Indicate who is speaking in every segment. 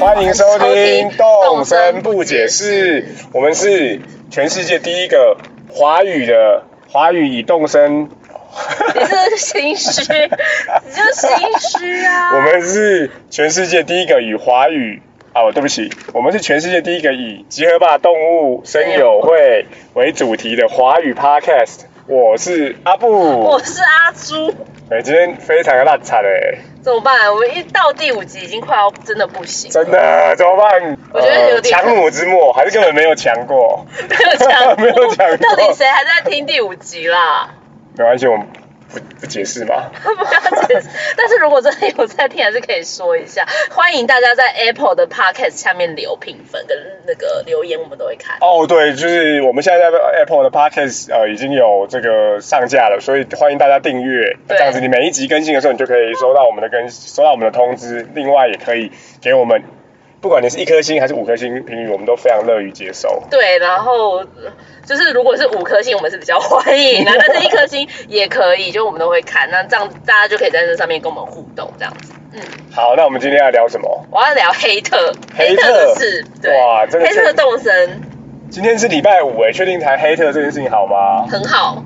Speaker 1: 欢迎收听《动声不解释》，我们是全世界第一个华语的华语以动声，
Speaker 2: 你这是心虚，你这是心虚 啊！
Speaker 1: 我们是全世界第一个以华语啊，我对不起，我们是全世界第一个以集合吧动物声友会为主题的华语 podcast。我是阿布
Speaker 2: 我，是阿朱，
Speaker 1: 哎，今天非常的烂惨哎，
Speaker 2: 怎么办？我们一到第五集已经快要真的不行，
Speaker 1: 真的怎么办？
Speaker 2: 我觉得有
Speaker 1: 呃
Speaker 2: 点
Speaker 1: 强弩之末，还是根本没有强过。
Speaker 2: 没有讲
Speaker 1: 没有讲过
Speaker 2: 到底谁还在听第五集啦？
Speaker 1: 没关系，我们不不解释嘛。
Speaker 2: 不要解释。但是如果真的有在听，还是可以说一下。欢迎大家在 Apple 的 Podcast 下面留评分跟那个留言，我们都会看。
Speaker 1: 哦，对，就是我们现在在 Apple 的 Podcast 呃已经有这个上架了，所以欢迎大家订阅。
Speaker 2: 对
Speaker 1: 这样子，你每一集更新的时候，你就可以收到我们的更收到我们的通知。另外，也可以给我们，不管你是一颗星还是五颗星评语，我们都非常乐于接受。
Speaker 2: 对，然后呃就是如果是五颗星，我们是比较 欢迎的，但是一颗星也可以，就我们都会看。那这样大家就可以在这上面跟我们互动，这样子。嗯，
Speaker 1: 好，那我们今天要聊什么？
Speaker 2: 我要聊黑特，
Speaker 1: 黑特
Speaker 2: 的事，对，
Speaker 1: 哇这个
Speaker 2: 黑特的动身
Speaker 1: 今天是礼拜五哎，确定谈黑特这件事情好吗？
Speaker 2: 很 好，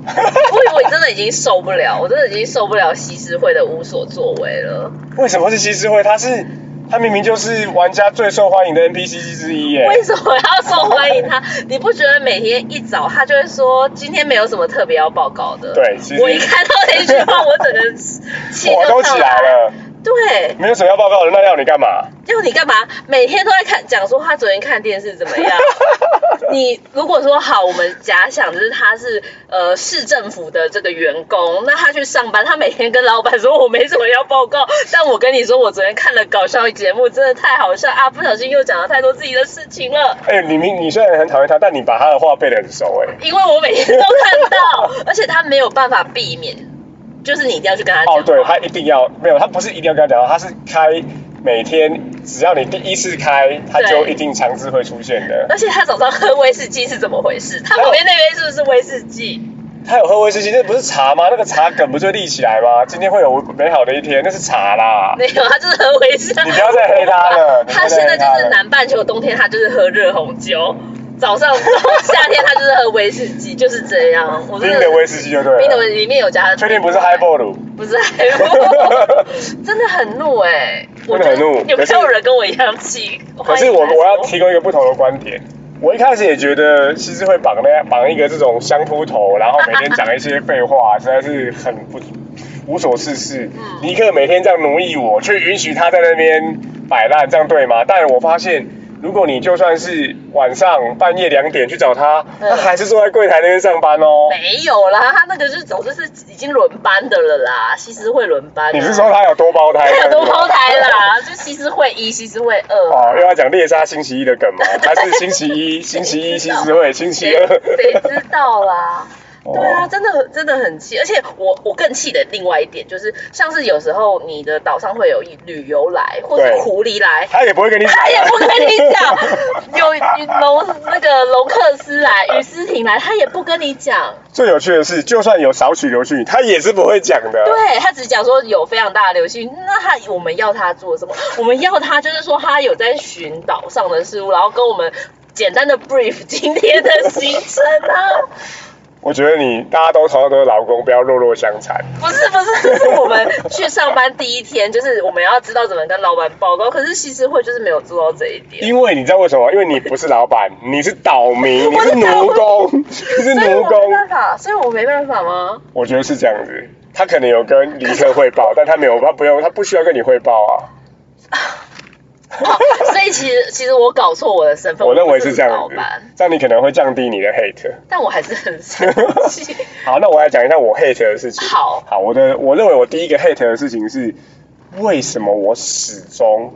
Speaker 2: 我以为真的已经受不了，我真的已经受不了西施会的无所作为了。
Speaker 1: 为什么是西施会？他是他明明就是玩家最受欢迎的 NPC 之一欸耶。
Speaker 2: 为什么要受欢迎他？ 你不觉得每天一早他就会说今天没有什么特别要报告的？
Speaker 1: 对其实
Speaker 2: 我一看到那句话，我整个人气
Speaker 1: 我都
Speaker 2: 上
Speaker 1: 起来了，
Speaker 2: 对，
Speaker 1: 没有什么要报告的，那要你干嘛？
Speaker 2: 要你干嘛？每天都在看讲说他昨天看电视怎么 样？你如果说好，我们假想就是他是呃市政府的这个员工，那他去上班，他每天跟老板说我没什么要报告，但我跟你说我昨天看了搞笑节目，真的太好笑啊！不小心又讲了太多自己的事情了。
Speaker 1: 哎、你明你虽然很讨厌他，但你把他的话背得很熟 哎、
Speaker 2: 因为我每天都看到， 而且他没有办法避免，就是你一定要去跟他讲。
Speaker 1: 哦，对，他一定要没有，他不是一定要跟他讲话，他是开每天只要你第一次开，他就一定强制会出现的。
Speaker 2: 而且他早上喝威士忌是怎么回事？他旁边那边是不是威士忌？
Speaker 1: 他有喝威士忌，那不是茶吗？那个茶梗不就立起来吗？今天会有美好的一天，那是茶啦。
Speaker 2: 没有，他就是喝威士忌。
Speaker 1: 你不要再黑他了你不
Speaker 2: 他
Speaker 1: 要再
Speaker 2: 现
Speaker 1: 黑
Speaker 2: 在
Speaker 1: 他了
Speaker 2: 就是南半球冬天，他就是喝热红酒；早上 夏天他就是喝威士忌，就是这样。我真
Speaker 1: 冰的威士忌就对
Speaker 2: 冰的
Speaker 1: 了。
Speaker 2: 威士忌里面有加他的
Speaker 1: 确定不是 highball 乳？
Speaker 2: 不是 highball，真的 很怒哎、我
Speaker 1: 真的很怒
Speaker 2: 觉得有没
Speaker 1: 可是
Speaker 2: 有人跟我一样气？
Speaker 1: 可是我我
Speaker 2: 哦
Speaker 1: 要提供一个不同的观点。我一开始也觉得西施会绑那样绑一个这种香扑头，然后每天讲一些废话，实在是很不无所事事。
Speaker 2: 嗯
Speaker 1: 尼克每天这样奴役我，却允许他在那边摆烂，这样对吗？但我发现，如果你就算是晚上半夜两点去找他，
Speaker 2: 嗯
Speaker 1: 他还是坐在柜台那边上班哦。
Speaker 2: 没有啦，他那个就是总之是已经轮班的了啦，西施会轮班。
Speaker 1: 你是说他有多胞胎？
Speaker 2: 他有 多胞胎？啦？就西施会一，西施会二。
Speaker 1: 哦，又要讲猎杀星期一的梗吗？他是星期一、星期一 西施会，星期
Speaker 2: 谁
Speaker 1: 二。
Speaker 2: 谁知道啦？
Speaker 1: 哦
Speaker 2: 对啊，真的很真的很气，而且我我更气的另外一点就是，像是有时候你的岛上会有旅游来，或是
Speaker 1: 对
Speaker 2: 狐狸来，
Speaker 1: 他也不会跟你讲，
Speaker 2: 他也不跟你 讲；有龙那个龙克斯来，雨思婷来，他也不跟你讲。
Speaker 1: 最有趣的是，就算有少许流星雨，他也是不会讲的。
Speaker 2: 对他只讲说有非常大的流星，那他我们要他做什么？我们要他就是说他有在寻岛上的事物，然后跟我们简单的 brief 今天的行程啊。
Speaker 1: 我觉得你大家都同样都是老公，不要弱弱相残。
Speaker 2: 不是不是，这是我们去上班第一天，就是我们要知道怎么跟老板报告。可是西施会就是没有做到这一点。
Speaker 1: 因为你知道为什么？因为你不是老板，你是岛民，你是奴工，你是
Speaker 2: 所以
Speaker 1: 奴
Speaker 2: 我没
Speaker 1: 工。
Speaker 2: 办法，所以我没办法吗？
Speaker 1: 我觉得是这样子。他可能有跟尼克汇报，但他没有，他不用，他不需要跟你汇报啊。
Speaker 2: 哦，所以其实其实我搞错我的身份，
Speaker 1: 我认为
Speaker 2: 不
Speaker 1: 是
Speaker 2: 是
Speaker 1: 这
Speaker 2: 老
Speaker 1: 样子
Speaker 2: 板，，
Speaker 1: 这样你可能会降低你的 hate。
Speaker 2: 但我还是很生气。
Speaker 1: 好，那我来讲一下我 hate 的事情。
Speaker 2: 好
Speaker 1: 好，我的我认为我第一个 hate 的事情是，为什么我始终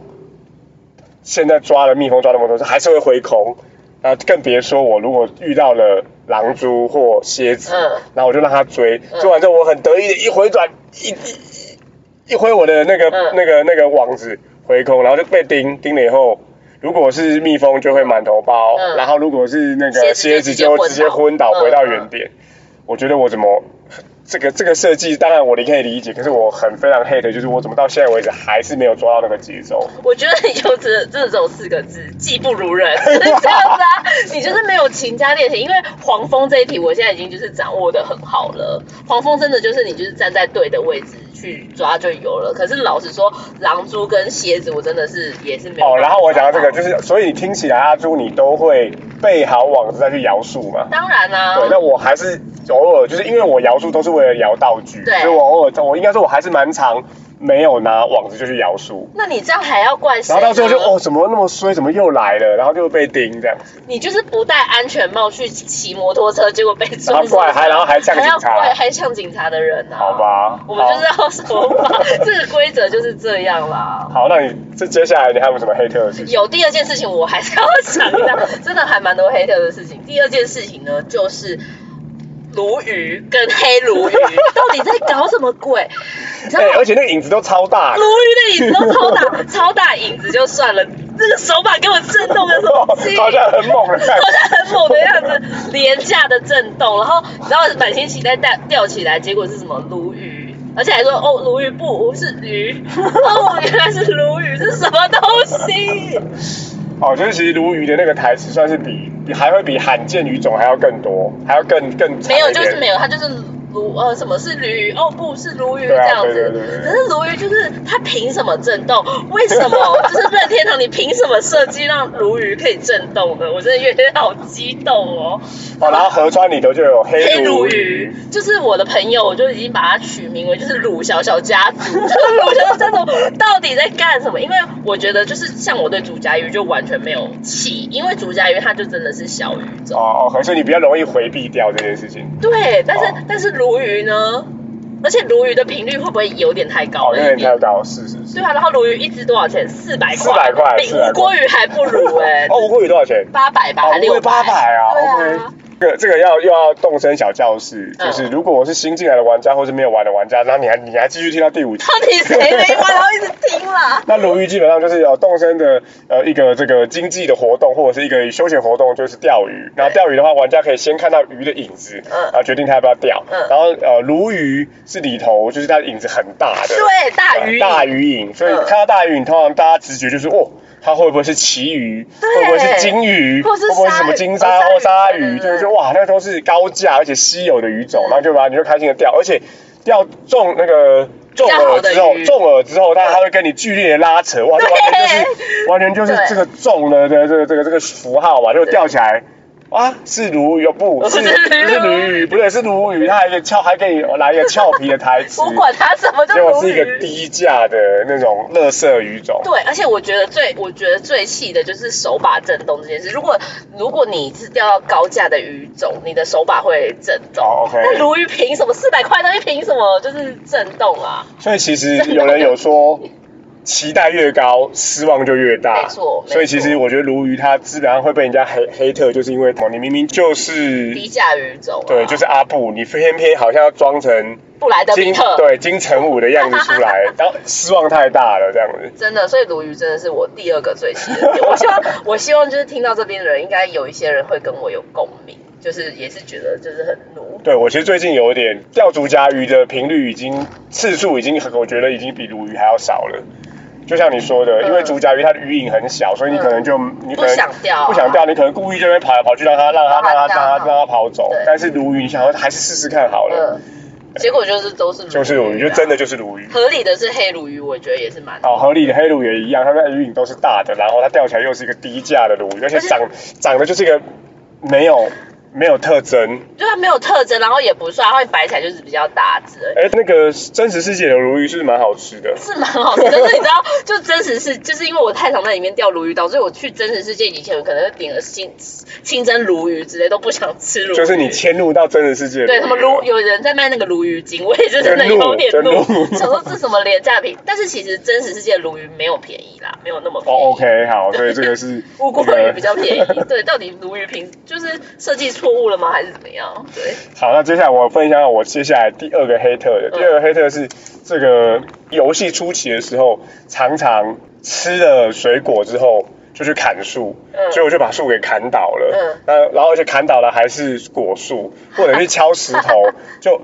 Speaker 1: 现在抓了蜜蜂抓那么多次，还是会回空？啊，更别说我如果遇到了狼蛛或蝎子，
Speaker 2: 嗯
Speaker 1: 然后我就让它追，
Speaker 2: 嗯
Speaker 1: 追完之后我很得意的一回转，一一一一挥我的那个、
Speaker 2: 嗯
Speaker 1: 那个那个网子回空，然后就被叮叮了以后，如果是蜜蜂就会满头包，
Speaker 2: 嗯
Speaker 1: 然后如果是那个
Speaker 2: 蝎
Speaker 1: 蝎子
Speaker 2: 子就直接
Speaker 1: 就
Speaker 2: 昏
Speaker 1: 直接
Speaker 2: 倒
Speaker 1: 昏倒
Speaker 2: 嗯
Speaker 1: 回到
Speaker 2: 嗯
Speaker 1: 原点。我觉得我怎么这个这个设计，当然我你可以理解，可是我很非常 hate，就是我怎么到现在为止还是没有抓到那个节奏。
Speaker 2: 我觉得你就只这只有四个字，技不 如人，就是这样子啊。你就是没有勤加练习，因为黄蜂这一题我现在已经就是掌握的很好了。黄蜂真的就是你就是站在对的位置去抓就有了。可是老实说，狼蛛跟蝎子我真的是也是没有。
Speaker 1: 哦，然后我讲到这
Speaker 2: 嗯
Speaker 1: 个，就。是所以你听起来阿朱你都会备好网子再去摇树嘛？
Speaker 2: 当然啊啦、
Speaker 1: 对，那我还是偶尔就是因为我摇树都是为了摇道具，
Speaker 2: 对
Speaker 1: 所以我偶尔我应该说我还是蛮常没有拿网子就去摇树，
Speaker 2: 那你这样还要怪谁啊
Speaker 1: 然后到
Speaker 2: 呢？
Speaker 1: 最后就哦怎么那么衰，怎么又来了，然后就被叮这样子。
Speaker 2: 你就是不戴安全帽去骑摩托车，结果被
Speaker 1: 然
Speaker 2: 撞
Speaker 1: 后怪还然后还呛警察
Speaker 2: 还要怪还呛警察的人啊！
Speaker 1: 好吧
Speaker 2: 我们就是要守法， 这个规则就是这样啦。
Speaker 1: 好，那你这接下来你还有什么黑特的事情？
Speaker 2: 有第二件事情，我还是要讲一下，真的还蛮多黑特的事情。第二件事情呢，就是鲈鱼跟黑鲈鱼到底在搞什么鬼？你知道
Speaker 1: 哎、
Speaker 2: 吗？
Speaker 1: 而且那个影子都超大，
Speaker 2: 鲈鱼的影子都超大，超大影子就算了，那个手把给我震动的时候，
Speaker 1: 哦 好像很猛 的感
Speaker 2: 好
Speaker 1: 觉。
Speaker 2: 像很猛的样子，廉价的震动，然后你知道满心期待带吊起来，结果是什么鲈鱼，而且还说哦鲈鱼不是鱼， 哦原来是鲈鱼，这是什么东 西？
Speaker 1: 哦，就是其实鲈鱼的那个台词算是比比还会比罕见鱼种还要更多，还要更更长
Speaker 2: 没有
Speaker 1: 一
Speaker 2: 就
Speaker 1: 点
Speaker 2: 是没有，它就是鲈呃什么是驴哦不是鲈鱼这
Speaker 1: 对啊
Speaker 2: 样子，
Speaker 1: 对对对对
Speaker 2: 可是鲈鱼就是它凭什么震动？为什么就是任天堂你凭什么设计让鲈鱼可以震动呢？我真的觉得好激动哦。
Speaker 1: 哦，然后河川里头就有黑
Speaker 2: 黑鲈
Speaker 1: 鲈
Speaker 2: 鱼
Speaker 1: 鱼，
Speaker 2: 就是我的朋友，我就已经把它取名为就是鲁小小家 族，就是鲁小小家族到底在干什么？因为我觉得就是像我对竹夹鱼就完全没有气，因为竹夹鱼它就真的是小鱼种，
Speaker 1: 哦哦，所以你比较容易回避掉这件事情。
Speaker 2: 对，但是、
Speaker 1: 哦
Speaker 2: 但是鲈鱼呢，而且鲈鱼的频率会不会有点太高
Speaker 1: 哦，
Speaker 2: 了
Speaker 1: 有
Speaker 2: 一
Speaker 1: 点
Speaker 2: 点？
Speaker 1: 太高，是是是。
Speaker 2: 对啊，然后鲈鱼一只多少钱？四百块，
Speaker 1: 400块
Speaker 2: 比
Speaker 1: 400
Speaker 2: 吴锅鱼还不如哎、
Speaker 1: 哦，吴郭鱼多少钱？
Speaker 2: 八百吧，还
Speaker 1: 哦，
Speaker 2: 六
Speaker 1: 八百啊
Speaker 2: 对啊。
Speaker 1: ，OK。这个这个要又要动身小教室，就是如果我是新进来的玩家或是没有玩的玩家，然后你还你还继续听到第五 集。
Speaker 2: 到底谁没玩，然后一直听啦？
Speaker 1: 那鲈鱼基本上就是有动身的呃一个这个经济的活动，或者是一个休闲活动，就是钓鱼。然后钓鱼的话，玩家可以先看到鱼的影子，
Speaker 2: 嗯
Speaker 1: 然后决定他要不要钓。
Speaker 2: 嗯
Speaker 1: 然后呃，鲈鱼是里头就是它的影子很大的，
Speaker 2: 对，大鱼
Speaker 1: 大鱼影，所以
Speaker 2: 嗯
Speaker 1: 看到大鱼影，通常大家直觉就是哦，它会不会是旗鱼，
Speaker 2: 对
Speaker 1: 会不会是金鱼，
Speaker 2: 或是
Speaker 1: 会不会是什么
Speaker 2: 鲨鱼
Speaker 1: 金
Speaker 2: 哦
Speaker 1: 鲨
Speaker 2: 鲨
Speaker 1: 或
Speaker 2: 鱼
Speaker 1: 鲨
Speaker 2: 对
Speaker 1: 鱼，
Speaker 2: 对
Speaker 1: 就是
Speaker 2: 对
Speaker 1: 哇，那都是高价而且稀有的鱼种，
Speaker 2: 嗯
Speaker 1: 然后就把你就开心的钓，而且钓中那个。中
Speaker 2: 较好
Speaker 1: 饵
Speaker 2: 的
Speaker 1: 之后，
Speaker 2: 鱼
Speaker 1: 中饵之后，它还会跟你剧烈的拉扯，哇，这完全就是完全就是
Speaker 2: 对
Speaker 1: 这个中了的这个这个这个符号嘛，就
Speaker 2: 对
Speaker 1: 钓起来，啊，是鲈鱼，哦不是
Speaker 2: 不 是鲈鱼
Speaker 1: 是鲈鱼，不对，是鲈鱼，它还给翘，还给你来一个俏皮的台词，
Speaker 2: 我管它什么 叫
Speaker 1: 结果
Speaker 2: 鲈
Speaker 1: 是一个
Speaker 2: 鱼。
Speaker 1: 低价的那种乐色鱼种。
Speaker 2: 对，而且我觉得最我觉得最气的就是手把震动这件事。如果如果你是钓到高价的鱼种，你的手把会震动。
Speaker 1: 哦，OK
Speaker 2: 那鲈鱼凭什么四百块东西凭什么就是震动啊？
Speaker 1: 所以其实有人有说，期待越高，失望就越大。
Speaker 2: 没错没错
Speaker 1: 啊所以其实我觉得鲈鱼它基本上会被人家黑黑特，就是因为什么？你明明就是
Speaker 2: 低价鱼种、啊。
Speaker 1: 对，就是阿布，你偏偏好像要装成
Speaker 2: 布莱德比
Speaker 1: 金
Speaker 2: 特。。
Speaker 1: 对金城武的样子出来，然后失望太大了这样子。
Speaker 2: 真的，所以鲈鱼真的是我第二个最气的点。 我希望，我希望就是听到这边的人，应该有一些人会跟我有共鸣，就是也是觉得就是很怒。
Speaker 1: 对我其实最近有一点钓竹夹鱼的频率已经次数已经很，我觉得已经比鲈鱼还要少了。就像你说的，
Speaker 2: 嗯
Speaker 1: 因为竹夹鱼它的鱼影很小，所以你可能就、你可能
Speaker 2: 不想钓啊
Speaker 1: 不想钓，你可能故意就会跑来跑去，让它让它让它让
Speaker 2: 让它
Speaker 1: 它
Speaker 2: 钓
Speaker 1: 让它跑走
Speaker 2: 对。
Speaker 1: 但是鲈鱼，你想要还是试试看好了，
Speaker 2: 嗯，结果就是都是鲈鱼啊
Speaker 1: 就是鲈鱼，就真的就是鲈鱼。
Speaker 2: 合理的是黑鲈鱼，我觉得也是蛮。
Speaker 1: 哦，河里的黑鲈也一样，它的鱼影都是大的，然后它钓起来又是一个低价的鲈鱼，而且
Speaker 2: 而且
Speaker 1: 长长得就是一个没有没有特征，
Speaker 2: 就它没有特征，然后也不算，它会摆起来就是比较大只而已。
Speaker 1: 哎、那个真实世界的鲈鱼是蛮好吃的。
Speaker 2: 是蛮好吃，可是你知道，就真实是，就是因为我太常在里面钓鲈鱼岛，所以我去真实世界以前，我可能会点了清清蒸鲈鱼之类，都不想吃鲈鱼。
Speaker 1: 就是你迁入到真人世界里面
Speaker 2: 对
Speaker 1: 了。
Speaker 2: 什么鲈，有人在卖那个鲈鱼精，我也是真的有点
Speaker 1: 啊 真怒
Speaker 2: 怒
Speaker 1: 真，怒
Speaker 2: 想说这什么廉价品，但是其实真实世界鲈鱼没有便宜啦，没有那么便宜。
Speaker 1: 哦，OK，好，所以这个是
Speaker 2: 乌龟
Speaker 1: 那
Speaker 2: 鱼
Speaker 1: 个
Speaker 2: 比较便 宜，对，到底鲈鱼平就是设计错误了吗，还是怎么样？对，
Speaker 1: 好，那接下来我分享我接下来第二个黑特的，
Speaker 2: 嗯
Speaker 1: 第二个黑特是这个游戏初期的时候，常常吃了水果之后。就去砍树，
Speaker 2: 嗯
Speaker 1: 所以我就把树给砍倒了。
Speaker 2: 嗯
Speaker 1: 那然后而且砍倒了还是果树，或者是敲石头，就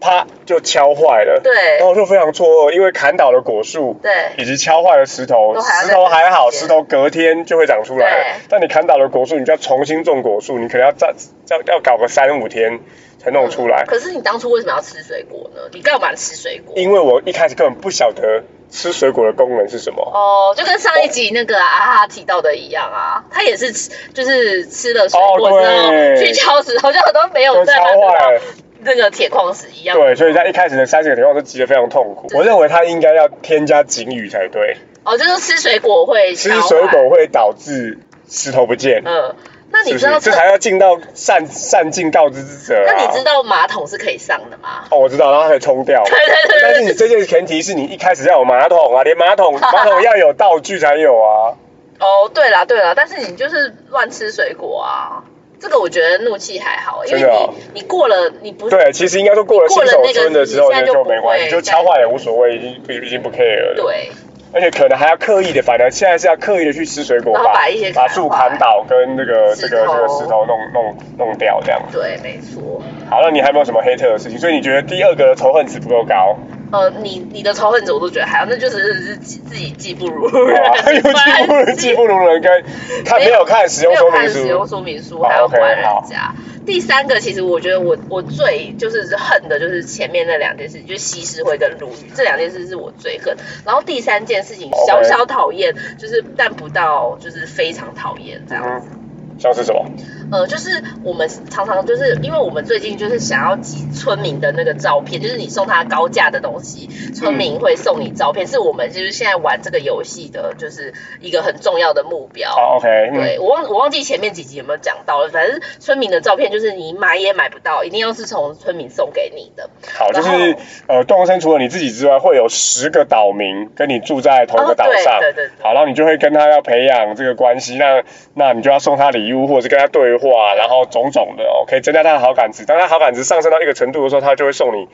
Speaker 1: 啪就敲坏了。
Speaker 2: 对
Speaker 1: 然后我就非常错愕，因为砍倒的果树，
Speaker 2: 对
Speaker 1: 以及敲坏的石头，
Speaker 2: 都还要
Speaker 1: 石头还好，
Speaker 2: 再长时间
Speaker 1: 石头隔天就会长出来了
Speaker 2: 对。
Speaker 1: 但你砍倒了果树，你就要重新种果树，你可能要再要要搞个三五天才弄出来。
Speaker 2: 可是你当初为什么要吃水果呢？你干嘛吃水果？
Speaker 1: 因为我一开始根本不晓得吃水果的功能是什么。
Speaker 2: 哦，就跟上一集那个啊哈提到的一样啊，他也是吃，就是吃了水果
Speaker 1: 哦
Speaker 2: 之后、
Speaker 1: 对
Speaker 2: 去敲石头，就都没有啊
Speaker 1: 就
Speaker 2: 再
Speaker 1: 敲
Speaker 2: 把那
Speaker 1: 坏
Speaker 2: 个
Speaker 1: 了，
Speaker 2: 那个铁矿石一样。
Speaker 1: 对，所以在一开始的三十个情况都急得非常痛苦。
Speaker 2: 对
Speaker 1: 我认为它应该要添加警语才对，
Speaker 2: 哦，就是吃水果会
Speaker 1: 吃
Speaker 2: 敲坏
Speaker 1: 水果会导致石头不见，
Speaker 2: 嗯，那你
Speaker 1: 是不
Speaker 2: 知道
Speaker 1: 是？这还要尽到善善尽告知之责、啊。
Speaker 2: 那你知？道马桶是可以上的吗？
Speaker 1: 哦，我知道，然后可以冲 掉。
Speaker 2: 对对对对
Speaker 1: 但是你这件前提是你一开始要有马桶啊，连马桶 马桶要有道具才有啊。
Speaker 2: 哦，对啦对啦，但是你就是乱吃水果啊，这个我觉得怒气还好，因为
Speaker 1: 真的哦
Speaker 2: 你你过了你不
Speaker 1: 对，其实应该说过了新手村的时候
Speaker 2: 你过了那个
Speaker 1: 就没关
Speaker 2: 你
Speaker 1: 系，
Speaker 2: 现在就不
Speaker 1: 就
Speaker 2: 会
Speaker 1: 敲坏也无所谓，已经不已经不 care 了。
Speaker 2: 对
Speaker 1: 而且可能还要刻意的，反正现在是要刻意的去吃水果，
Speaker 2: 然后把一些砍
Speaker 1: 把树砍倒跟那个这
Speaker 2: 石头
Speaker 1: 个这个石头弄弄弄掉这样。
Speaker 2: 对，没错。
Speaker 1: 好，那你还有没有什么黑特的事情？所以你觉得第二个仇恨值不够 高？
Speaker 2: 呃，你你的仇恨值我都觉得还好，那就只是是自自己技不如人，
Speaker 1: 啊， 又技不如技不如人，跟看没有看使用说明
Speaker 2: 没有看使用
Speaker 1: 书，
Speaker 2: 说明书
Speaker 1: 好
Speaker 2: 还要
Speaker 1: OK，
Speaker 2: 管人家。第三个，其实我觉得我我最就是恨的就是前面那两件事情，就西施会跟鲁豫这两件事是我最恨。然后第三件事情
Speaker 1: OK
Speaker 2: 小小讨厌，就是但不到就是非常讨厌这样子。
Speaker 1: 嗯，像是什么？
Speaker 2: 呃，就是我们常常就是因为我们最近就是想要集村民的那个照片，就是你送他高价的东西，村民
Speaker 1: 嗯
Speaker 2: 会送你照片，是我们就是现在玩这个游戏的，就是一个很重要的目标。
Speaker 1: 好，OK，嗯，
Speaker 2: 对我忘我忘记前面几集有没有讲到了，反正村民的照片就是你买也买不到，一定要是从村民送给你的。
Speaker 1: 好，就
Speaker 2: 然后
Speaker 1: 是呃，动物森除了你自己之外，会有十个岛民跟你住在同一个
Speaker 2: 哦
Speaker 1: 岛
Speaker 2: 对
Speaker 1: 上，
Speaker 2: 对对对
Speaker 1: 好，然后你就会跟他要培养这个关系，那那你就要送他礼物，或者是跟他对话，然后种种的哦，可以增加他的好感值。当他好感值上升到一个程度的时候，他就会送你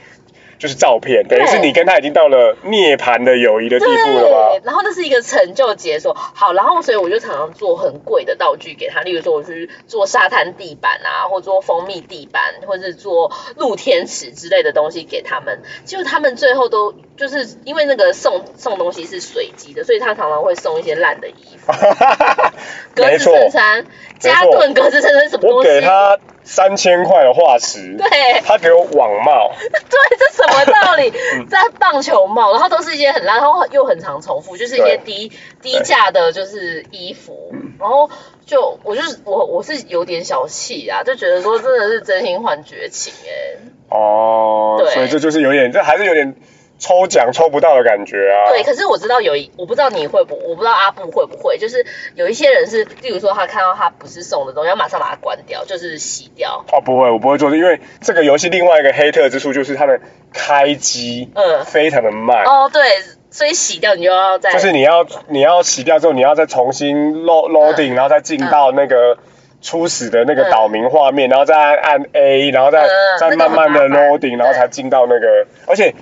Speaker 1: 就是照片，等于是你跟他已经到了涅槃的友谊的地步了吧？
Speaker 2: 对，然后那是一个成就解锁。好，然后所以我就常常做很贵的道具给他，例如说我去做沙滩地板啊，或做蜂蜜地板，或是做露天池之类的东西给他们。结果他们最后都就是因为那个送送东西是随机的，所以他常常会送一些烂的衣服， 格
Speaker 1: 没
Speaker 2: 子
Speaker 1: 错，
Speaker 2: 衬衫、加顿格子衬衫是什么
Speaker 1: 我
Speaker 2: 东西？
Speaker 1: 给他三千块的化石，
Speaker 2: 对
Speaker 1: 他给我网帽，
Speaker 2: 对，这什么道 理？
Speaker 1: 嗯
Speaker 2: 在棒球帽，然后都是一些很烂，然后又很常重复，就是一些
Speaker 1: 对嗯
Speaker 2: 低低价的，就是衣服，然后就我就是我我是有点小气啊，就觉得说真的是真心换绝情哎、
Speaker 1: 哦，
Speaker 2: 对
Speaker 1: 所以这就是有点，这还是有点抽奖抽不到的感觉啊。
Speaker 2: 对，可是我知道有一，我不知道你会不，我不知道阿布会不会，就是有一些人是，例如说他看到他不是送的东西，要马上把它关掉，就是洗掉。
Speaker 1: 哦，不会，我不会做，因为这个游戏另外一个黑特之处就是它的开机，
Speaker 2: 嗯
Speaker 1: 非常的慢。
Speaker 2: 哦，对，所以洗掉你就要再
Speaker 1: 就是你要你要洗掉之后，你要再重新 load loading，、然后再进到那个初始的那个
Speaker 2: 嗯
Speaker 1: 岛民画面，然后再按 A，然后再、
Speaker 2: 嗯嗯
Speaker 1: 再
Speaker 2: 那个
Speaker 1: 慢慢的
Speaker 2: 很麻烦
Speaker 1: loading，然后
Speaker 2: 对
Speaker 1: 才进到那个，而且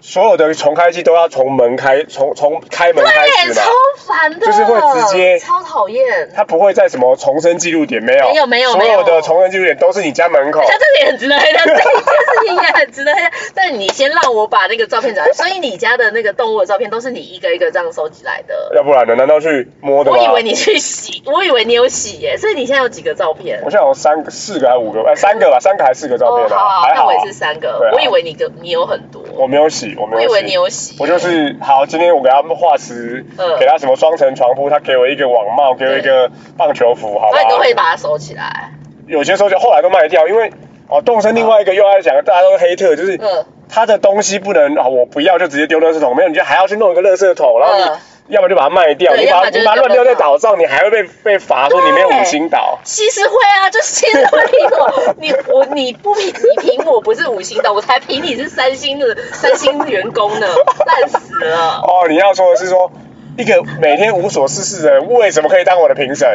Speaker 1: 所有的重开机都要从门开，从从开门开
Speaker 2: 对，
Speaker 1: 始嘛
Speaker 2: 欸超。烦的，
Speaker 1: 就是会直接
Speaker 2: 超讨厌。
Speaker 1: 它不会在什么重生记录点没有，
Speaker 2: 没有没有
Speaker 1: 所
Speaker 2: 没有
Speaker 1: 有的重生记录点都是你家门口。
Speaker 2: 他这个也很值得黑掉，这一件事情也很值得黑掉。但你先让我把那个照片找来，所以你家的那个动物的照片都是你一个一个这样收集来的。
Speaker 1: 要不然呢？难道去摸的吗？
Speaker 2: 我以为你去洗，我以为你有洗耶，所以你现在有几个照片
Speaker 1: 我？现在有三个、四个还是五个？哎，三个吧，三个还是四个照片
Speaker 2: 哦，
Speaker 1: 吧，
Speaker 2: 好好，
Speaker 1: 还
Speaker 2: 那
Speaker 1: 好
Speaker 2: 我
Speaker 1: 啊。
Speaker 2: 也是三
Speaker 1: 对
Speaker 2: 个
Speaker 1: 啊，
Speaker 2: 我以为你跟你有很多，
Speaker 1: 我没有洗，我没有
Speaker 2: 我
Speaker 1: 洗。
Speaker 2: 以为你有洗，
Speaker 1: 我就是好，今天我给他们化石，
Speaker 2: 嗯
Speaker 1: 给他什么双层床铺，他给我一个网帽，给我一个棒球服，好吧
Speaker 2: 那？你都会把它收起来，
Speaker 1: 有些时候就后来都卖掉，因为哦，动身另外一个又爱讲，大家都是黑特，就是
Speaker 2: 嗯，
Speaker 1: 他的东西不能啊、我不要就直接丢垃圾桶，没有你就还要去弄一个垃圾桶，然后你、
Speaker 2: 嗯
Speaker 1: 要么就把它卖掉，
Speaker 2: 对
Speaker 1: 你把
Speaker 2: 要么就
Speaker 1: 你
Speaker 2: 是
Speaker 1: 把它乱丢在
Speaker 2: 丢到
Speaker 1: 岛上，你还会被被罚说你没有
Speaker 2: 对
Speaker 1: 五星岛。
Speaker 2: 西施会啊，就是西施会评我，你 我你不评你评我不是五星的，我才评你是三星的三星员工呢，烂死了。
Speaker 1: 哦，你要说的是说，一个每天无所事事的人，为什么可以当我的评审？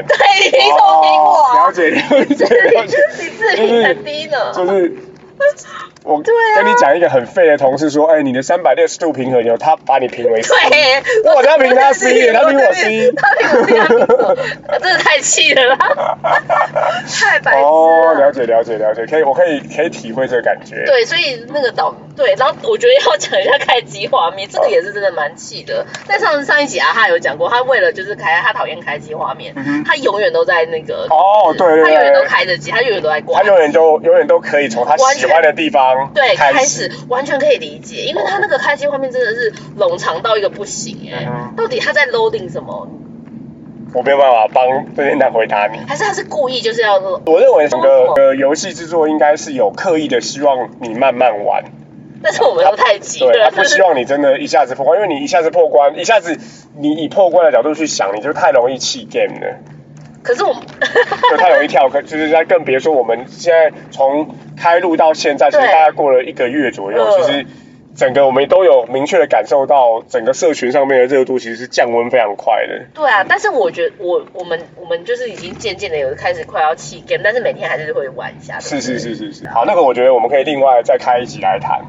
Speaker 1: 哦
Speaker 2: 对，你怎么
Speaker 1: 了解了
Speaker 2: 评我啊？
Speaker 1: 解了
Speaker 2: 你
Speaker 1: 解
Speaker 2: 就，是你自评很低呢。
Speaker 1: 就是。我
Speaker 2: 对啊
Speaker 1: 跟你讲一个很废的同事说，哎，你的三百六十度平衡有他把你评为 C，
Speaker 2: 对，
Speaker 1: 我才评他 C，他评我 C，
Speaker 2: 他评我 C，他评我，啊真的太气了啦，太白痴
Speaker 1: 哦，了
Speaker 2: 了。
Speaker 1: 解了解了解，可以，我可以可以体会这个感觉。
Speaker 2: 对，所以那个岛对，然后我觉得要讲一下开机画面，这个也是真的蛮气的。但上上一集啊，哈有讲过，他为了就是开，他讨厌开机画面，
Speaker 1: 嗯哼
Speaker 2: 他永远都在那个
Speaker 1: 哦对对对
Speaker 2: 他永远都开着机，他永远都在
Speaker 1: 他
Speaker 2: 关。
Speaker 1: 永远都永远都可以从他喜欢的地方
Speaker 2: 对，
Speaker 1: 开
Speaker 2: 开
Speaker 1: 始
Speaker 2: 始。完全可以理解，因为他那个开机画面真的是冗长到一个不行哎、
Speaker 1: 嗯哼
Speaker 2: 到底他在 loading 什么？
Speaker 1: 我没有办法帮任天堂回答你。
Speaker 2: 还是他是故意就是要 load？
Speaker 1: 我认为整
Speaker 2: 哦
Speaker 1: 个呃游戏制作应该是有刻意的希望你慢慢玩，
Speaker 2: 但是我们都太急
Speaker 1: 对他
Speaker 2: 了，
Speaker 1: 不希望你真的一下子破关，因为你一下子破关，一下子你以破关的角度去想，你就太容易弃 game 了，
Speaker 2: 可是我们
Speaker 1: 就太容易跳坑，就是在更别说我们现在从开录到现在，其实
Speaker 2: 对
Speaker 1: 大概过了一个月左右，
Speaker 2: 嗯
Speaker 1: 其实整个我们都有明确的感受到，整个社群上面的热度其实是降温非常快的。
Speaker 2: 对啊，但是我觉得我我们我们就是已经渐渐的有开始快要弃 game，但是每天还是会玩一下。对不
Speaker 1: 是
Speaker 2: 对
Speaker 1: 是是是是，好，那个我觉得我们可以另外再开一集来谈。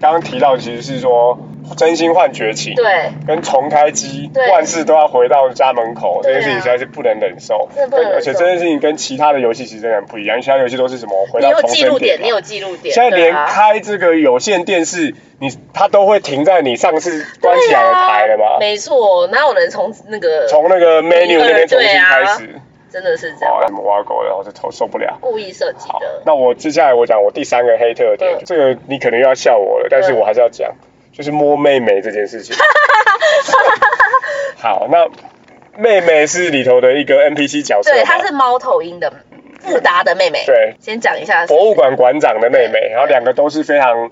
Speaker 1: 刚刚提到其实是说真心换绝情，
Speaker 2: 对，
Speaker 1: 跟重开机，
Speaker 2: 对
Speaker 1: 万事都要回到家门口，这
Speaker 2: 对啊
Speaker 1: 件事情实在是不能忍受。
Speaker 2: 真的不能忍受
Speaker 1: 而且这件事情跟其他的游戏其实真的很不一样，其他游戏都是什么回
Speaker 2: 你
Speaker 1: 到
Speaker 2: 有
Speaker 1: 重
Speaker 2: 记
Speaker 1: 生
Speaker 2: 录
Speaker 1: 点
Speaker 2: 点，
Speaker 1: 嘛
Speaker 2: 你有记录点，
Speaker 1: 现在
Speaker 2: 对
Speaker 1: 连
Speaker 2: 啊
Speaker 1: 开这个有线电视，你它都会停在你上次关起来的台了
Speaker 2: 对啊
Speaker 1: 嘛？
Speaker 2: 没错，哪有人从那个
Speaker 1: 从那个 menu 那
Speaker 2: 对
Speaker 1: 边重新
Speaker 2: 对啊
Speaker 1: 开始，
Speaker 2: 真的是这
Speaker 1: 哦，
Speaker 2: 样
Speaker 1: 他们挖狗了，我这头受不了。
Speaker 2: 故意设计
Speaker 1: 好
Speaker 2: 的，？
Speaker 1: 那我接下来我讲我第三个黑特点，
Speaker 2: 嗯
Speaker 1: 这个你可能又要笑我了，但是
Speaker 2: 嗯
Speaker 1: 我还是要讲，就是摸妹妹这件事情。 好，那妹妹是里头的一个 NPC 角色嘛，
Speaker 2: 对，她是猫头鹰的富达的妹妹。
Speaker 1: 对，
Speaker 2: 先讲一下
Speaker 1: 博物馆馆长的妹妹，然后两个都是非常。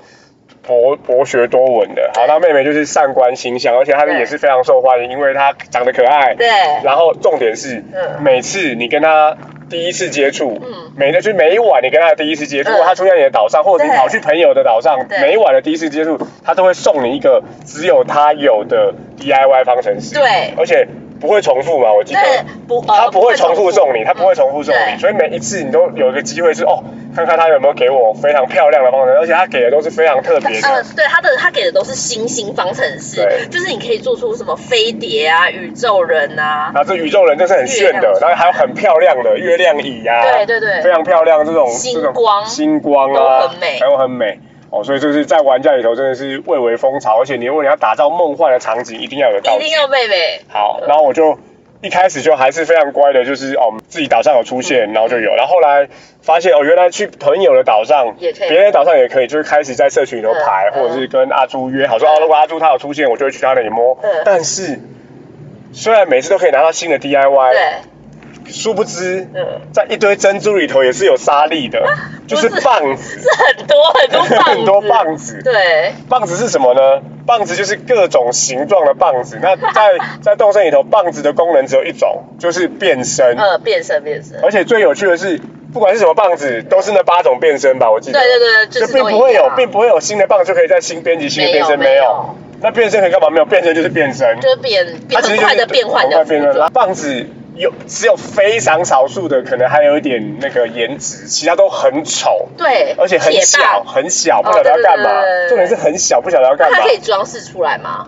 Speaker 1: 博博学多闻的，好，那妹妹就是上官形象，而且她
Speaker 2: 对
Speaker 1: 也是非常受欢迎，因为她长得可爱，
Speaker 2: 对
Speaker 1: 然后重点是，
Speaker 2: 嗯
Speaker 1: 每次你跟她第一次接触，
Speaker 2: 嗯
Speaker 1: 每就是每一晚你跟她的第一次接触，
Speaker 2: 嗯
Speaker 1: 如果她出现在你的岛上，或者你
Speaker 2: 对
Speaker 1: 跑去朋友的岛上，
Speaker 2: 对
Speaker 1: 每一晚的第一次接触，她都会送你一个只有她有的 DIY 方程式，
Speaker 2: 对
Speaker 1: 而且不会重复嘛，我记得，
Speaker 2: 对不呃
Speaker 1: 她不会重复送你，她不会重复送
Speaker 2: 对
Speaker 1: 你，所以每一次你都有一个机会是哦，看看她有没有给我非常漂亮的方程式，而且她给的都是非常特别的
Speaker 2: 呃，，对，他的他给的都是星星方程式
Speaker 1: 对，
Speaker 2: 就是你可以做出什么飞碟啊、宇宙人啊，
Speaker 1: 然后这宇宙人真是很炫
Speaker 2: 月
Speaker 1: 的
Speaker 2: 亮，
Speaker 1: 然后还有很漂亮的月亮椅啊呀、
Speaker 2: 对对对
Speaker 1: 非常漂亮这种
Speaker 2: 星
Speaker 1: 这种
Speaker 2: 光
Speaker 1: 星光啊，
Speaker 2: 都很美
Speaker 1: 还有很美哦，所以就是在玩家里头真的是蔚为风潮，而且你如果你要打造梦幻的场景，一定要有道
Speaker 2: 一
Speaker 1: 具。
Speaker 2: 定要妹妹。
Speaker 1: 好，然后我就一开始就还是非常乖的，就是哦自己岛上有出
Speaker 2: 嗯
Speaker 1: 现，然后就有，然后后来发现哦原来去朋友的岛上
Speaker 2: 也可以
Speaker 1: 别人的岛上也可以，就是开始在社群里头排，
Speaker 2: 嗯
Speaker 1: 或者是跟阿朱约好说
Speaker 2: 嗯
Speaker 1: 哦如果阿朱他有出现，我就会去他那里摸
Speaker 2: 嗯。
Speaker 1: 但是虽然每次都可以拿到新的 DIY，
Speaker 2: 对，
Speaker 1: 殊不知
Speaker 2: 嗯
Speaker 1: 在一堆珍珠里头也是有沙粒的，就是
Speaker 2: 啊不是
Speaker 1: 棒子。
Speaker 2: 是很多很多棒子，
Speaker 1: 很多棒子
Speaker 2: 对，
Speaker 1: 棒子是什么呢？棒子就是各种形状的棒子。那 在在动森里头，棒子的功能只有一种，就是变身。
Speaker 2: 呃，变身变身，
Speaker 1: 而且最有趣的是，不管是什么棒子，都是那八种变身吧？我记得。
Speaker 2: 对对对就是
Speaker 1: 并
Speaker 2: 都一
Speaker 1: 不会有，
Speaker 2: 样
Speaker 1: 并不会有新的棒就可以在新编辑新的变身，
Speaker 2: 没有
Speaker 1: 没
Speaker 2: 没
Speaker 1: 有
Speaker 2: 有。
Speaker 1: 那变身可以干嘛？没有变身就是变身。
Speaker 2: 就是变
Speaker 1: 它
Speaker 2: 变
Speaker 1: 其实就
Speaker 2: 很
Speaker 1: 是
Speaker 2: 快的变换
Speaker 1: 很
Speaker 2: 的
Speaker 1: 快
Speaker 2: 服
Speaker 1: 变身。然后
Speaker 2: 装，
Speaker 1: 棒子有只有非常少数的，可能还有一点那个颜值，其他都很丑。
Speaker 2: 对，
Speaker 1: 而且很
Speaker 2: 铁
Speaker 1: 小，
Speaker 2: 棒，
Speaker 1: 很小，不
Speaker 2: 哦
Speaker 1: 晓得要
Speaker 2: 对对
Speaker 1: 干嘛
Speaker 2: 对对。对
Speaker 1: 重点是很小，不晓得要
Speaker 2: 那
Speaker 1: 干嘛。
Speaker 2: 它可以装饰出来吗？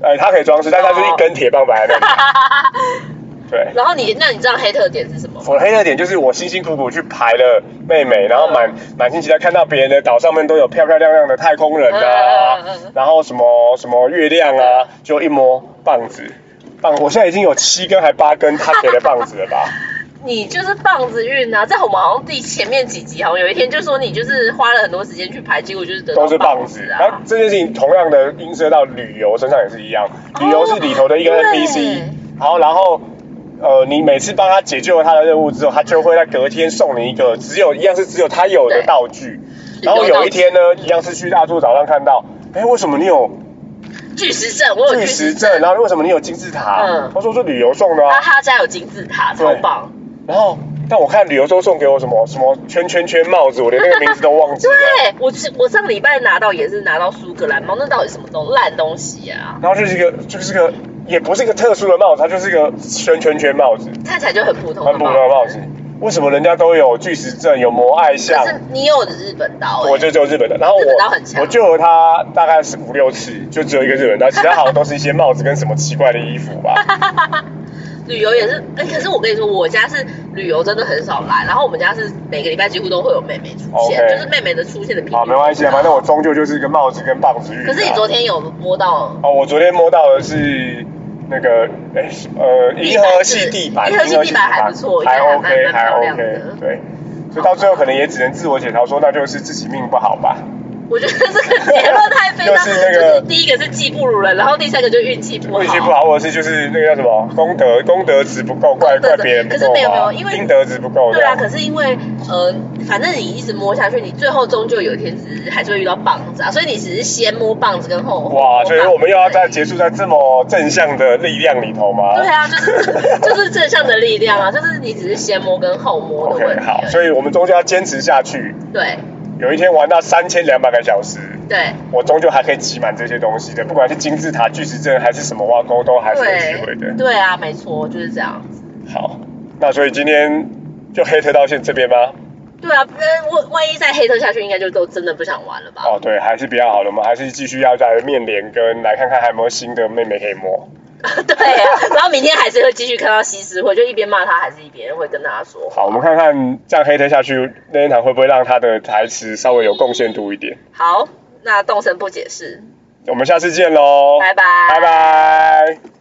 Speaker 1: 呃，它可以装饰，但它就是一根铁棒摆在
Speaker 2: 哦
Speaker 1: 那里。对，
Speaker 2: 然后你那你知道黑特点是什么吗？
Speaker 1: 我的黑特点就是我辛辛苦苦去排了妹妹，然后满满心期待看到别人的岛上面都有漂漂亮亮的太空人啊
Speaker 2: 嗯嗯嗯嗯，
Speaker 1: 然后什么什么月亮啊，就一摸棒子。棒，我现在已经有七根还八根他给的棒子了吧？
Speaker 2: 你就是棒子运啊！在我们好像第前面几集，好像有一天就说你就是花了很多时间去排，结果就是得到
Speaker 1: 都是棒子
Speaker 2: 子
Speaker 1: 然后
Speaker 2: 啊。
Speaker 1: 这件事情同样的映射到旅游身上也是一样，
Speaker 2: 哦
Speaker 1: 旅游是里头的一个
Speaker 2: 对
Speaker 1: NPC，好，然后。呃，你每次帮他解救了他的任务之后，他就会在隔天送你一个只有一样是只有他有的
Speaker 2: 对
Speaker 1: 道具。
Speaker 2: 具
Speaker 1: 然后有一天呢，一样是去大猪岛上看到，哎，为什么你有
Speaker 2: 巨石阵，我有
Speaker 1: 巨石阵？然后为什么你有金字塔？
Speaker 2: 嗯
Speaker 1: 他说是旅游送的
Speaker 2: 啊，
Speaker 1: 啊。
Speaker 2: 他家有金字塔，超
Speaker 1: 对
Speaker 2: 棒。
Speaker 1: 然后，但我看旅游都送给我什么什么圈圈圈帽子，我连那个名字都忘记了。
Speaker 2: 对我是我上礼拜拿到也是拿到苏格兰猫，那到底什么东烂东西啊？
Speaker 1: 然后就是一个就是个也不是一个特殊的帽子，它就是一个圈圈圈帽子，
Speaker 2: 看起来就很普通的
Speaker 1: 很普
Speaker 2: 猫，
Speaker 1: 通的帽子。为什么人家都有巨石阵，有摩艾像
Speaker 2: 可，是你有日本刀、欸，
Speaker 1: 我就只有日本的？然后
Speaker 2: 日本刀很
Speaker 1: 我
Speaker 2: 强
Speaker 1: 我救了他大概是五 六次，就只有一个日本刀，其他好像都是一些帽子跟什么奇怪的衣服吧。
Speaker 2: 旅游也是，哎、可是我跟你说，我家是旅游真的很少来，然后我们家是每个礼拜几乎都会有妹妹出现
Speaker 1: 哦 OK
Speaker 2: 就是妹妹的出现的频率。
Speaker 1: 好，没关系啊，反正我终究就是一个帽子跟棒子运啊。
Speaker 2: 可是你昨天有摸到
Speaker 1: 哦，我昨天摸到的是那个，哎、呃，银河系地板，
Speaker 2: 银河系地板还不错
Speaker 1: 还
Speaker 2: 我觉得还
Speaker 1: OK，
Speaker 2: 蛮
Speaker 1: 还
Speaker 2: 漂亮
Speaker 1: OK，
Speaker 2: 的
Speaker 1: 对。所以到最后可能也只能自我检讨说，那就是自己命不好吧。
Speaker 2: 我觉得这个结论太悲伤，
Speaker 1: 又是那个
Speaker 2: 就是第一个是技不如人，然后第三个就运气不好。
Speaker 1: 运气不好，或者是就是那个叫什么功德功德值不够，怪
Speaker 2: 功德
Speaker 1: 怪
Speaker 2: 值
Speaker 1: 别人不
Speaker 2: 可是
Speaker 1: 够啊
Speaker 2: 没有
Speaker 1: 嘛
Speaker 2: 没有因为
Speaker 1: 阴德值不够这
Speaker 2: 对啊，
Speaker 1: 样。
Speaker 2: 可是因为呃，反正你一直摸下去，你最后终究有一天只是还是会遇到棒子啊，所以你只是先摸棒子跟后后摸棒
Speaker 1: 哇，所
Speaker 2: 子
Speaker 1: 以我们又要在
Speaker 2: 而已
Speaker 1: 结束在这么正向的力量里头吗？
Speaker 2: 对啊，就是就是正向的力量啊，就是你只是先摸跟后摸的问
Speaker 1: OK，
Speaker 2: 题而已。
Speaker 1: 好，所以我们终究要坚持下去。
Speaker 2: 对
Speaker 1: 有一天玩到三千两百个小时，
Speaker 2: 对
Speaker 1: 我终究还可以集满这些东西的，不管是金字塔、巨石阵还是什么挖沟，都还是有机会
Speaker 2: 对
Speaker 1: 的。
Speaker 2: 对啊，没错，就是这样。
Speaker 1: 好，那所以今天就黑特到现这边吗？
Speaker 2: 对啊，那万万一再黑特下去，应该就都真的不想玩了吧？
Speaker 1: 哦，对，还是比较好的，我们还是继续要在面连跟来看看还有没有新的妹妹可以摸。
Speaker 2: 对啊，然后明天还是会继续看到西施会，就一边骂他，还是一边会跟大家说。
Speaker 1: 好，我们看看这样黑特下去，任天堂会不会让他的台词稍微有贡献度一点？
Speaker 2: 好，那动身不解释，
Speaker 1: 我们下次见喽，
Speaker 2: 拜拜
Speaker 1: 拜拜。